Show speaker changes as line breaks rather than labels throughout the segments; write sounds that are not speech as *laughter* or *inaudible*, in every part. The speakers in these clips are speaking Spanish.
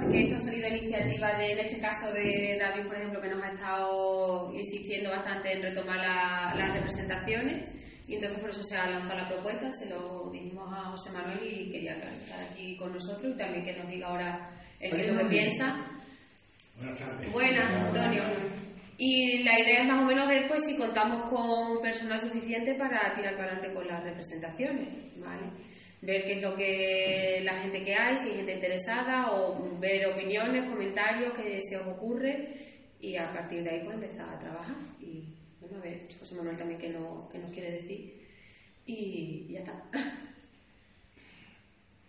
porque esto ha salido iniciativa de, en este caso de David, por ejemplo, que nos ha estado insistiendo bastante en retomar la- las representaciones y entonces por eso se ha lanzado la propuesta, se lo dijimos a José Manuel y quería que estar aquí con nosotros y también que nos diga ahora el que es lo que piensa.
Buenas tardes.
Buenas, Antonio. Y la idea es más o menos ver pues, si contamos con personal suficiente para tirar para adelante con las representaciones, ¿vale? Ver qué es lo que la gente que hay, si hay gente interesada, o ver opiniones, comentarios que se os ocurre y a partir de ahí pues empezar a trabajar. Y bueno, a ver, José Manuel también que, no, que nos quiere decir. Y ya
*laughs*
está.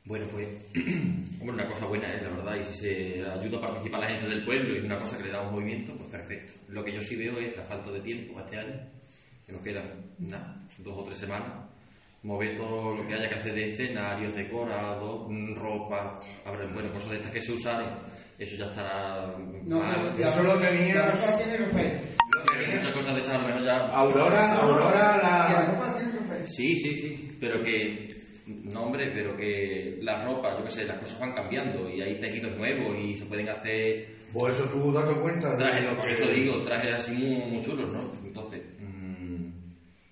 Bueno, pues, *clears throat* hombre, una cosa buena, ¿eh? la verdad, y si se ayuda a participar la gente del pueblo y es una cosa que le da un movimiento, pues perfecto. Lo que yo sí veo es la falta de tiempo para este año, que nos quedan nada, dos o tres semanas, mover todo lo que haya que hacer de escenarios, decorados, mm, ropa, habrá- bueno, cosas de estas que se usaron, eso ya estará
No,
mal.
no,
Eso lo
La
tenías.
ropa tiene Rafael.
Muchas cosas de esas a lo mejor ya
Aurora, Aurora,
La
la.
ropa tiene Rafael.
Sí, sí, sí, pero que, no hombre, pero que la ropa, yo qué sé, las cosas van cambiando y hay tejidos nuevos y se pueden hacer
Pues eso tú date cuenta. de
trajes,
lo
por
que-
eso digo, trajes así muy, muy chulos, ¿no? Entonces, mm,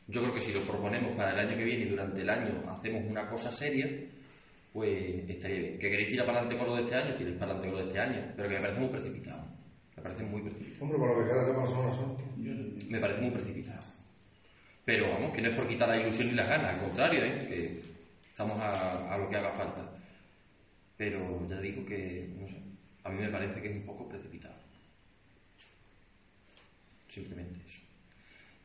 yo creo que si lo proponemos para el año que viene y durante el año hacemos una cosa seria, pues estaría bien. ¿Que queréis tirar para adelante con lo de este año? Queréis para adelante con lo de este año, pero que me parece muy precipitado. Me parece muy precipitado
Hombre, por lo que queda de la Semana Santa.
me parece muy precipitado. Pero vamos, que no es por quitar la ilusión ni las ganas, al contrario, ¿eh? que estamos a, a lo que haga falta. Pero ya digo que, no sé, a mí me parece que es un poco precipitado. Simplemente eso.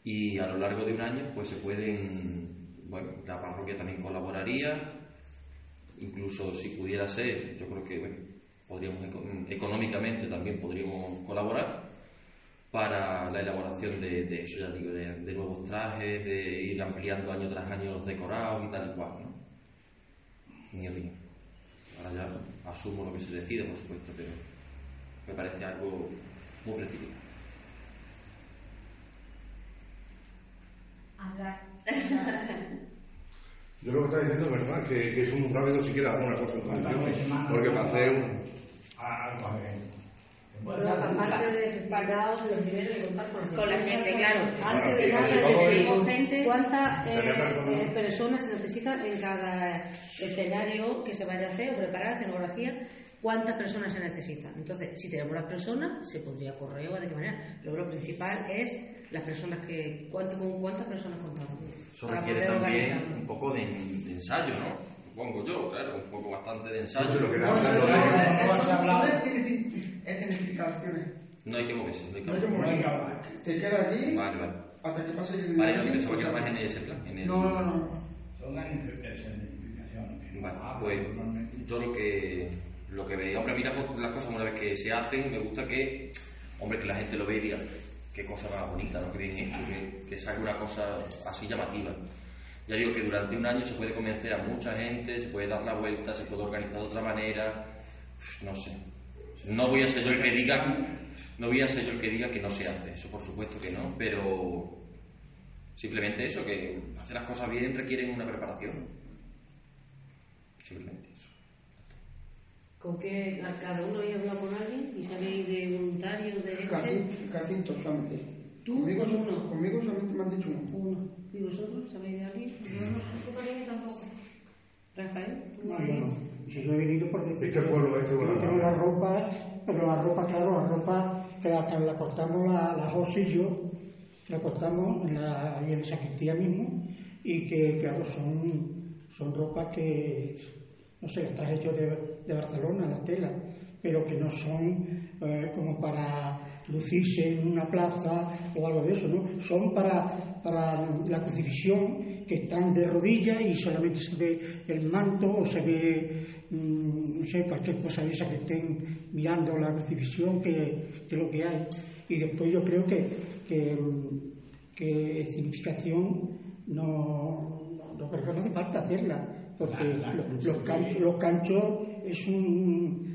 Y a lo largo de un año, pues se pueden, bueno, la parroquia también colaboraría, incluso si pudiera ser, yo creo que, bueno, podríamos, eco- mm, económicamente también podríamos colaborar para la elaboración de, de eso, ya digo, de, de nuevos trajes, de ir ampliando año tras año los decorados y tal y cual, ¿no? Mi opinión. Ahora ya asumo lo que se decide, por supuesto, pero me parece algo muy precipitado.
Hablar.
Yo lo que está diciendo es verdad, que, que es un rápido si quieres hacer una cosa en condiciones. Porque para hacer un.
Bueno, aparte de preparados, los primeros que contar con,
Con la gente, claro.
Antes de
Claro,
nada,
sí, sí.
definimos
Gente.
cuántas eh,
Tener personas.
eh, personas se necesitan en cada escenario que se vaya a hacer o preparar, escenografía, cuántas personas se necesitan. Entonces, si tenemos las personas, se podría correo de qué manera. Luego lo principal es las personas que, cuánto- con cuántas personas contamos.
Eso
para
requiere
poder
también
organizarlo.
un poco de, de ensayo, ¿no? Supongo yo, claro, un poco bastante de
No sé lo que era
ensayo.
hablando de.
No,
vamos a hablar.
Es identificaciones.
No hay que moverse, no hay que
No hay que
moverse.
mover. Te quedas allí
Vale, vale.
hasta que pase el
Vale, no, que pensaba que era más en ese plan. En el...
No, no, no.
Son las identificaciones.
Vale, pues yo lo que lo que veía, hombre, a mí las, co- las cosas una vez que se hacen, me gusta que, hombre, que la gente lo vea y diga, qué cosa más bonita, ¿no? qué bien hecho, que, que salga una cosa así llamativa. Ya digo que durante un año se puede convencer a mucha gente, se puede dar la vuelta, se puede organizar de otra manera, Uf, no sé. No voy a ser yo el que diga, no voy a ser yo el que diga que no se hace, eso por supuesto que no, pero simplemente eso, que hacer las cosas bien requieren una preparación, simplemente eso.
¿Con qué? a ¿Cada uno había hablado con alguien y sabéis de voluntario, de gente?
Jacinto, Jacinto solamente.
¿Tú
Conmigo
o tú no?
Conmigo solamente me han dicho uno.
Uno. ¿Y vosotros sabéis de alguien?
Tu cariño tampoco.
Rafael, ¿tú
No,
de
yo
alguien?
no. Yo yo he venido por decir.
¿De qué pueblo es este,
Yo
Guadalajara?
tengo la ropa, pero la ropa, claro, la ropa que hasta la cortamos la, la José y yo, la cortamos en la, ahí en sacristía mismo, y que, claro, son, son ropas que, no sé, las traje yo de, de Barcelona, las telas, pero que no son eh, como para lucirse en una plaza o algo de eso, ¿no? Son para, para la crucifixión, que están de rodillas y solamente se ve el manto o se ve, mm, no sé, cualquier cosa de esa que estén mirando la crucifixión, que, que es lo que hay. Y después yo creo que, que, mm, que escenificación no, no, no creo que no hace falta hacerla, porque
La- la
lo-
cruz
los,
que-
canchos, los canchos es un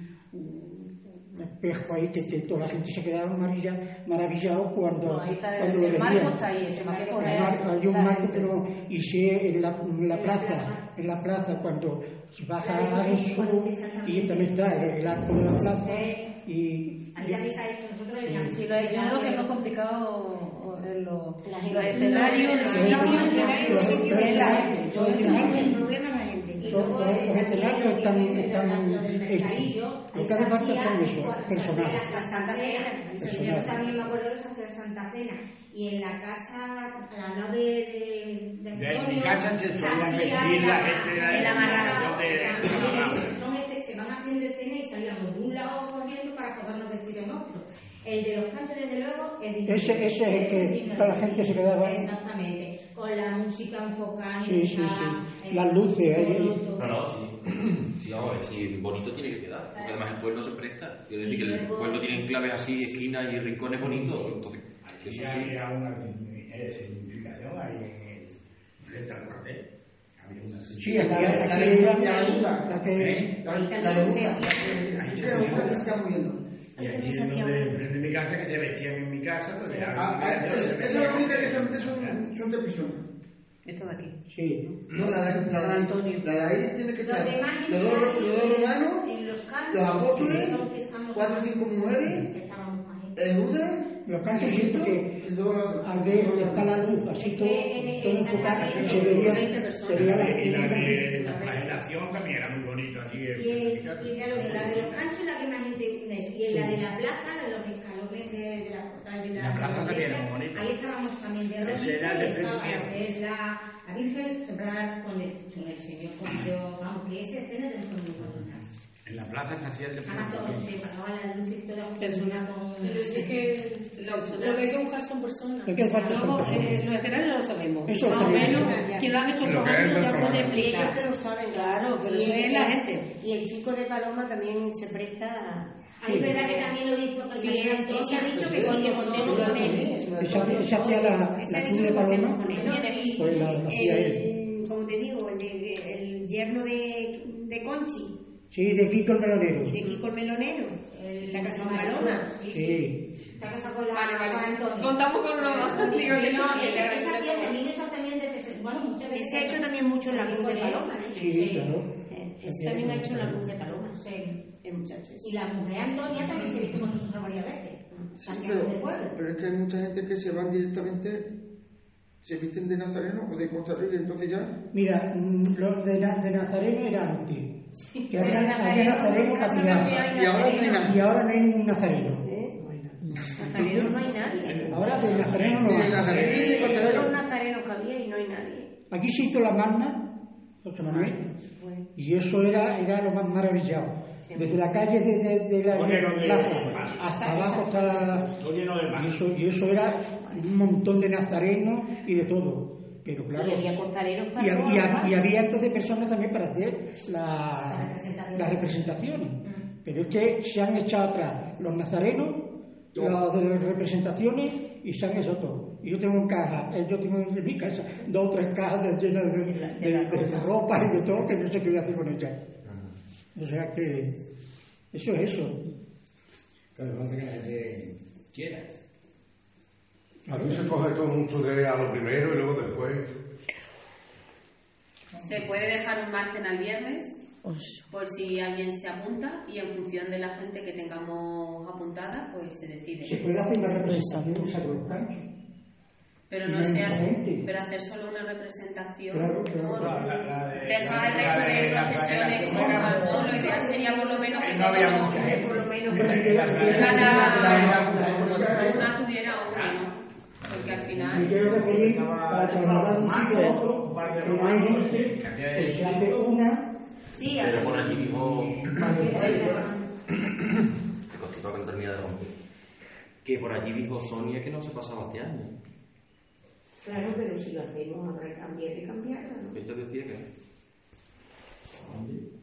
un espejo ahí que, que toda la gente se quedaba maravilla, maravillado cuando,
No, ahí está
cuando
el,
lo
el marco
veía.
está ahí, el marco
Hay un mar- hay un marco que no- y si en la, en la plaza en la plaza cuando baja
Claro,
a eso
cuando empieza la-
y también está el, el arco de la plaza
Sí.
y
Ahí ya les ha hecho nosotros y ya-
Sí, lo he, yo creo que es más complicado en los,
La gente.
los escenarios.
Los
de-
escenarios,
sí,
de la gente. Yo creo
los escenarios.
que-
El problema es la gente.
los, los- los escenarios están, están hechos. Lo que hace falta son eso, personal.
La Santa Cena.
Personal.
Yo también me acuerdo de hacer Santa Cena. Y en la casa, al lado de. de, de
De- en
Antonio,
casa se solía
hacía
vestir la gente de-
el amarrado.
de- de-
También
de amarrado.
son este- se van haciendo escenas y salíamos de un lado corriendo para podernos vestir en otro. El de los canchos, desde luego, es distinto.
Ese- ese es el que
distinto.
toda la gente se quedaba-
Exactamente. Con la música enfocada.
Sí, sí, sí. Las luces, ahí-
todo,
No, no, sí. Sí, vamos a ver, sí, bonito tiene que quedar. Porque además el pueblo se presta. Quiero decir que el pueblo tiene enclaves así, esquinas y rincones bonitos. Entonces,
Aquí
eso
ya
sí.
había una eh, significación ahí en el frente al cuartel. Había una ¿Eh?
Sí,
La- la- la-
que-
la- la-
la que-
La lengua.
Ahí
Sí,
se
la lengua
hacía-
que se está moviendo.
Y allí es donde enfrente de mi casa, que se vestían en mi casa, pues ya-
Ah, ah,
ya se
Esa esa es
vestían.
la única que solamente son, son de personas.
Esto de aquí.
Sí.
No, la de, la de
Antonio.
La de ahí tiene que
Los
estar.
demás
Los dos, los dos romanos,
en los cantos,
los apóstoles,
son que estamos-
cuatro, cinco mujeres,
que estábamos ahí.
el Buda,
Los cantos sí, porque
el dos.
al ver donde está la luz, así todo, todo enfocado, se veía,
Este
se veía la
Y la de la flagelación también era muy bonito allí. en
Y, es-
mi casa.
y era lo de la de los canchos la que más gente une. Y en la de la plaza, de los escalones de, de la portada de
La plaza también era muy bonita.
Ahí estábamos también de rodillas.
Ese era el de
estaba
Jesús.
lo que es la, la Virgen sembrada con el, con el Señor, con Dios. Vamos, que esa escena es muy bonita.
En la plaza se hacía el
Además, todos
desfile.
se pagaban las luces y pues todas personas con.
Pero si es que lo que hay que buscar son personas.
Lo que hace falta son
Luego, eh,
personas.
los escenarios lo sabemos.
Eso
Más o
también.
menos,
Ya.
quien lo han hecho
Lo
con
que es
años ya
personal.
puede
Ellos
explicar.
que lo saben.
Claro, pero
Y
eso
el-
es la gente.
Y el chico de Paloma también se presta a...
Ahí es verdad que también lo dijo que
Sí,
María
entonces
Antonia ha dicho que
pues, sí,
sí, que
sí,
contemos con
sí,
él.
sí.
Se hacía- se hacía la,
Se ha
la
dicho
cruz de
que
paloma,
contemos con él.
pues la, la hacía él.
El- como te digo, el, el yerno de, de Conchi,
Sí, de Kiko el melonero.
de Kiko el Melonero,
El-
la casa con Paloma.
Sí, sí.
Sí.
Está casado con la
Vale,
con
vale.
Antonio.
Contamos con uno más. Digo que no, que
Esa- esa tía
le
también, esa también desde se- bueno, muchas veces-
Ese ha hecho también mucho la cruz de Paloma. ¿eh?
Sí, claro.
Eh, Ese también ha hecho la cruz de Paloma,
Sí.
el muchacho. ese.
Y la mujer Antonia también se viste con nosotros varias veces.
Sí,
Santiago
pero,
del pueblo.
pero es que hay mucha gente que se van directamente, se visten de nazareno o de Costa Rica, entonces ya.
Mira, mm, los de, Na- de Nazareno era antes. Que
Pero
había
en
había
Nazareno,
Nazareno
en casa también
caminando.
hay
Y ahora no hay
nazareno.
nada.
Y ahora no hay ningún Nazareno.
¿Eh? Nazareno no hay nadie.
Ahora de Nazareno no
De
hay.
nazareno y de Costa
Era un
Rica.
nazareno que había y no hay nadie.
Aquí se hizo la magna, José Manuel,
Ah, Se fue.
y eso era, era lo más maravillado. Desde la calle de, de- de la
Oye, lo de-
plaza hasta abajo hasta la...
Estoy lleno de
Y
manos.
eso, y eso era un montón de nazarenos y de todo. Pero claro,
Y había costaleros para
y, ha- y ha-
robar.
y había entonces personas también para hacer la-
representación.
las representaciones.
Mm.
Pero es que se han echado atrás los nazarenos, los de las representaciones y se han hecho todo. Y Yo tengo en caja, eh, yo tengo en mi casa dos o tres cajas de- llenas de, de- de ropa y de todo que no sé qué voy a hacer con ellas. O sea que eso es eso.
Pero no hace que la gente quiera.
Aquí se coge todo mucho de a lo primero y luego después.
Se puede dejar un margen al viernes por si alguien se apunta y en función de la gente que tengamos apuntada, pues se decide.
Se puede hacer una representación usando los canchos.
Pero
Sí,
no se hace,
evidentemente.
pero hacer solo una representación.
Claro, claro,
¿no?
claro.
Dejar el resto de procesiones como algo, lo ideal sería por lo menos que
No había mucha
cada
gente.
Por
¿eh?
lo menos
Mira, que la-
uno- una tuviera uno, ¿no? porque al
Me
final
quiero referir para trasladar de un sitio a otro, que no hay gente, que se hace una,
sí,
Pero por allí dijo.
Pero
*coughs* Pues que toca terminar de romper. Que por allí dijo Sonia que no se pasaba este año.
Claro, pero si lo hacemos habrá que cambiar y cambiarlo, ¿no?
Ella decía que.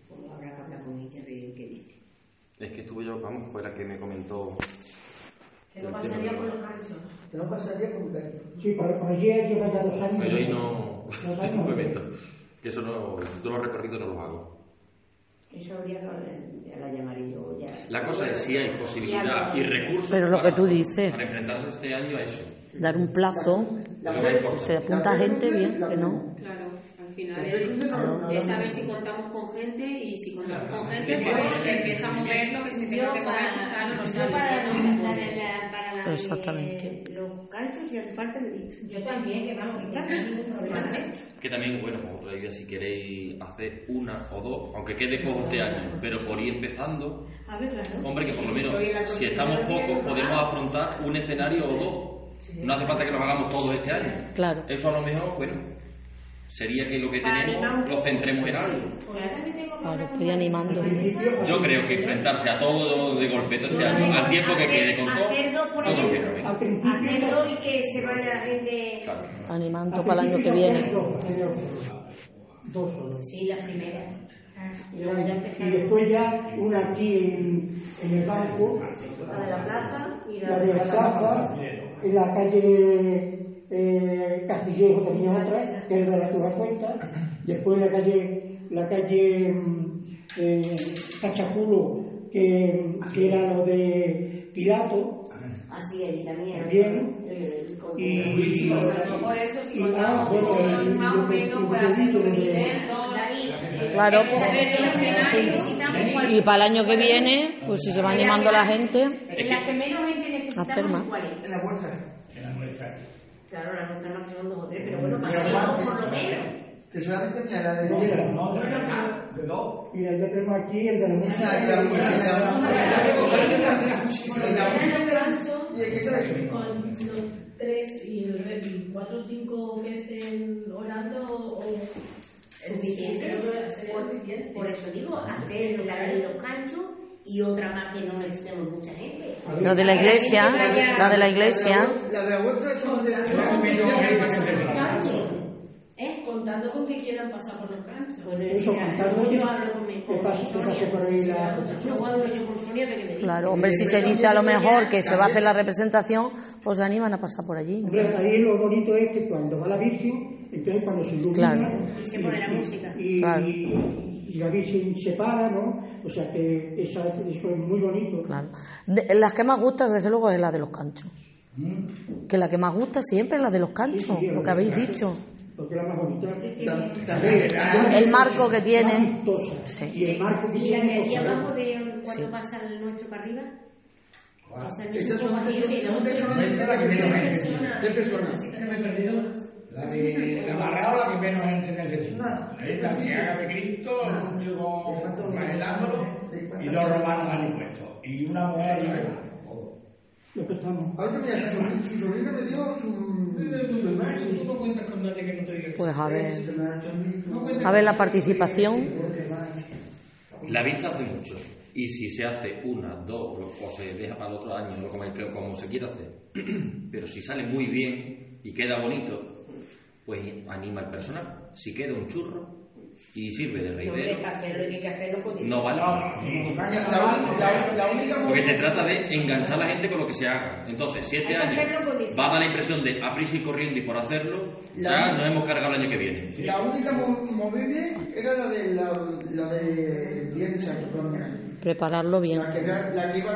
Pues habrá que hablar con ella de qué dice.
Es que estuve yo, vamos, fue la que me comentó.
Que lo pasaría con los canchos.
Que no pasaría por un perro.
sí, por, por allí hay que vaya dos años.
Pero ahí no. *laughs*
No, no,
no
no.
me meto. Que eso no. Yo los recorridos no los hago.
Eso habría que hablar, ya la llamaré yo ya.
La cosa es si hay posibilidad y recursos.
Pero lo
para-
que tú dices.
Para enfrentarse este año a eso.
Dar un plazo,
Lo que va a importar.
se apunta gente bien, que no.
claro, al al final
Pues
es,
entonces no, no,
es
no,
saber
no.
si contamos con gente y si contamos
Claro,
con
sí,
gente,
que
pues
vale.
se empieza a mover lo que se tenga que mover, si sale o no
yo
sale.
para,
¿no?
la- la- la- para la-
Exactamente.
los calchos y hace falta medito.
Yo también, que vamos, que no tengo ningún problema. ¿eh?
Que también, bueno, pues otra idea, si queréis hacer una o dos, aunque quede cojo este año, pero por ir empezando,
A ver, claro.
hombre, que por lo menos,
Estoy en la
si estamos
cocina,
pocos,
¿no?
podemos afrontar un escenario o dos. No hace falta que nos hagamos todos este año.
Claro.
Eso a lo mejor, bueno, sería que lo que
Para animar un
tenemos
poco.
lo centremos en algo.
Pues ahora que tengo que
Vale,
hablar con
estoy animando.
Vanessa,
Yo creo que enfrentarse a todo de golpeta este año, al tiempo que quede con todo,
Hacer dos por
todo lo que no
ahí.
venga.
Al principio,
Hacerlo y que se vaya la gente.
Claro.
Animando
al
para el año que
principio
viene.
son Dos, creo. Dos solo.
Sí, la primera. Ah, Y luego ya
Y
empezamos.
después ya una aquí en, en el banco,
La de la plaza y
la de la plaza, en la calle eh, Castillejo tenía otra, que era la que da cuenta, después la calle, la calle mm, eh, Cachaculo, que, que era lo de Pilato,
Así, ahí también.
Bien.
Eh, con-
y,
Sí, a lo mejor eso, si
Y-
contamos
ah, bueno,
con
el-
más o
el-
menos,
el-
pues
el-
hacer lo que
el-
dice él, dos.
David,
Claro.
pues".
pues,
eh, mover los escenarios y tal,
Y para el año que viene, pues si se va animando la gente,
En las que menos gente
Hacer más.
necesitamos, ¿cuál es?
En la vuestra,
en la nuestra.
Claro, las nuestras más que son dos o tres, pero bueno, pasemos por lo menos.
que solamente tenía la de
Mira.
No, de verdad, de dos.
y ya tenemos aquí el de la
La de la
mucha-
vuestra,
Bueno, de ancho,
¿Y el que sabe?
con los tres y el re- y cuatro o cinco que estén orando o... o-
Suficiente.
Yo creo que sería
Por-
suficiente.
Por eso digo, hacer la de los canchos y otra más que no necesitemos mucha gente.
lo de la iglesia, la de la iglesia,
La de la vuestra es
Contando
donde
con que
Yo me- yo
quieran
me-
pasar por
me-
los
me-
ganchos.
¿Eh?
Contando con que quieran pasar por los ganchos.
Con el-
Eso,
yo
contando ya,
hablo con mi-
que pase- que pase por ahí la
Luego hablo yo con Sonia para que me diga.
claro, hombre, si se dice a lo mejor que se va a hacer la representación, pues se animan a pasar por allí. ¿no?
Hombre, ahí lo bonito es que cuando va la Virgen, entonces cuando se ilumina
Claro.
Y se pone la música.
y,
Claro.
y- y la Virgen se para, ¿no? O sea que esa- eso es muy bonito.
Claro. De- las que más gustan, desde luego, es la de los canchos. Que la que más gusta siempre es la de los canchos,
Sí, sí,
lo que habéis dicho.
Porque es la más bonita.
También, ¿verdad?
El marco que tiene.
Más vistosa.
Sí.
Y el marco que
Y la que
tiene.
aquí
pues,
abajo de cuando
Sí.
pasa el nuestro para arriba. Esa es
Esas son
misma
las
que yo,
que
¿no?
menos la que menos hay. Tres personas.
Así que me he perdido más.
La de la barra o la que menos gente necesita. La isla que haga de Cristo, el último manejándolo y dos romanos han impuesto. Y una mujer y una. Todo.
Lo que estamos.
Ahora que mira, su sobrin- su sobrina me dio su, su imagen.
no cuentas con nadie que no te diga.
Pues a ver,
Se me ha hecho a mí, tú.
a ver la participación.
Porque va-
La vista hace mucho. Y si se hace una, dos, o se deja para el otro año, o como, que- como se quiera hacer. *clears throat* Pero si sale muy bien y queda bonito, pues anima al personal. Si queda un churro y sirve de
Hombre,
reidero,
para hacerlo tiene que hacerlo con
no vale.
La- la- la- la única
Porque se trata de enganchar a la gente con lo que se haga. Entonces, siete
Hay que hacerlo con
años
disciplina.
va a dar la impresión de a prisa y corriendo y por hacerlo, ya
La-
nos hemos cargado el año que viene.
La única mo- movible era la de la, la de Viernes Santo por la mañana.
prepararlo bien.
La que, la que iba